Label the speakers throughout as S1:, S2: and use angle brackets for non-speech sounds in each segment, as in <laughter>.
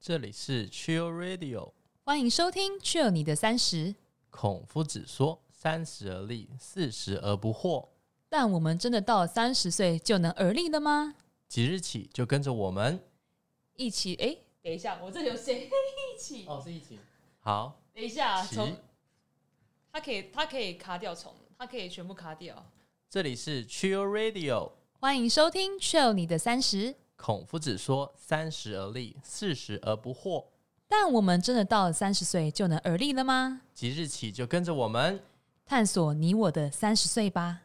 S1: 这里是 Chill Radio。
S2: 欢迎收听《Chill 你的三十》，
S1: 孔夫子说：“三十而立，四十而不惑。
S2: 但我们真的到了三十岁就能而立了吗？”
S1: 即日起就跟着我们
S2: 一起哎，等一下，我这里有谁？一起，
S1: 哦，是一起。啊好，
S2: 等一下，啊
S1: 起
S2: 从它可以，它可以卡掉重，它可以全部卡掉。
S1: 这里是 Chill Radio。
S2: 欢迎收听《Chill 你的三十》，
S1: 孔夫子说：“三十而立，四十而不惑。
S2: 但我们真的到了三十岁就能而立了吗？
S1: 即日起就跟着我们。
S2: 探索你我的三十岁吧。”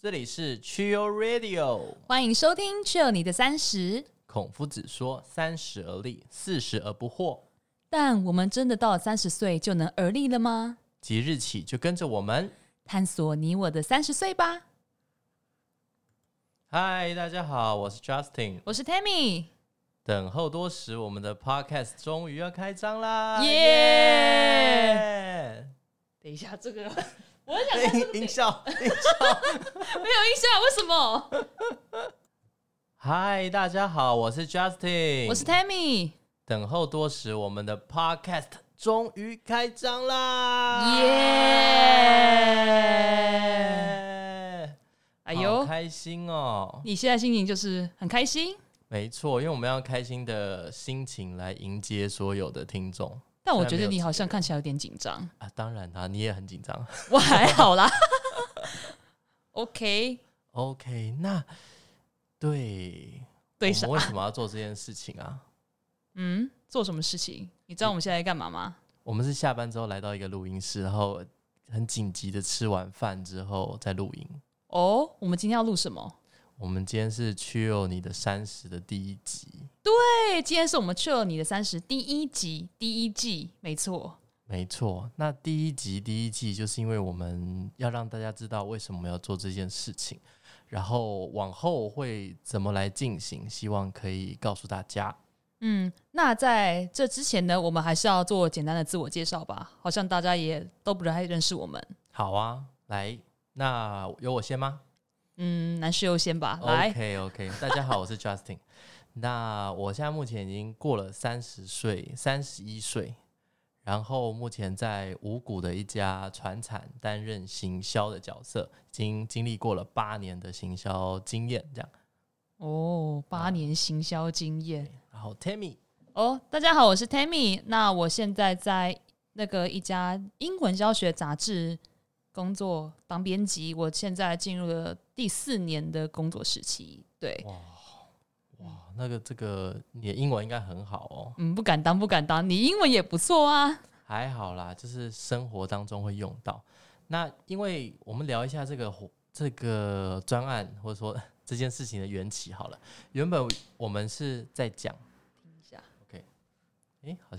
S1: 这里是 Chill Radio。
S2: 欢迎收听《Chill 你的三十》，
S1: 孔夫子说：“三十而立，四十而不惑。
S2: 但我们真的到了三十岁就能而立了吗？
S1: 即日起就跟着我们。”
S2: 探索你我的三十岁吧。
S1: 嗨，大家好，我是 Justin。
S2: 我是 Tammy，
S1: 等候多时，我们的 Podcast 终于要开张啦！
S2: 耶等一下，这个 <laughs> 我很想看
S1: 耶！ <laughs> 音
S2: <laughs>
S1: 效，音效。
S2: 没有印象，为什
S1: 嗯
S2: 么？
S1: 嗨，大家好，我是 Justin。
S2: 我是 Tammy，
S1: 等候多时，我们的 Podcast 终于开张啦！
S2: 耶哎
S1: 好
S2: 呦，
S1: 开心哦！
S2: 你现在心情就是很开心，
S1: 没错，因为我们要开心的心情来迎接所有的听众
S2: 但我
S1: 虽然
S2: 觉得
S1: 没有
S2: 你好
S1: 几
S2: 像
S1: 个
S2: 看起来有点紧张， <laughs>
S1: 啊！当然啦、你也很紧张。
S2: 我还好啦。OK，
S1: OK，那对
S2: 对啊
S1: 我们
S2: 上，
S1: 为什么要做这件事情啊？
S2: 嗯，做什么事情？你知道我们现在在干嘛吗？
S1: 我们是下班之后来到一个录音室，然后很紧急的吃完饭之后再录音。
S2: 哦，我们今天要录什么？
S1: 我们今天是《去有你的三十》的第一集，
S2: 对，今天是我们去了你的三十第一集，第一季，没错。
S1: 没错。那第一集第一季就是因为我们要让大家知道为什么要做这件事情，然后往后会怎么来进行，希望可以告诉大家。
S2: 嗯，那在这之前呢，我们还是要做简单的自我介绍吧。好像大家也都不太认识我们。
S1: 好啊，来，那由我先吗？
S2: 嗯，男士优先吧，来
S1: OK OK，大家好，我是 Justin。那我现在目前已经过了三十岁，三十一岁，然后目前在五股的一家船产担任行销的角色，已经经历过了八年的行销经验，这样。
S2: 哦，八年行销经验。
S1: 然后 Tammy，
S2: 哦，大家好，我是 Tammy。那我现在在那个一家英文教学杂志工作当编辑，我现在进入了第四年的工作时期。对，
S1: 哇哇，那个这个你的英文应该很好哦，
S2: 嗯，不敢当，不敢当，你英文也不错啊。
S1: 还好啦，就是生活当中会用到。那因为我们聊一下这个活这个专案，或者说 <laughs> 这件事情的缘起好了。原本我们是在讲
S2: 听一下，
S1: 诶，好像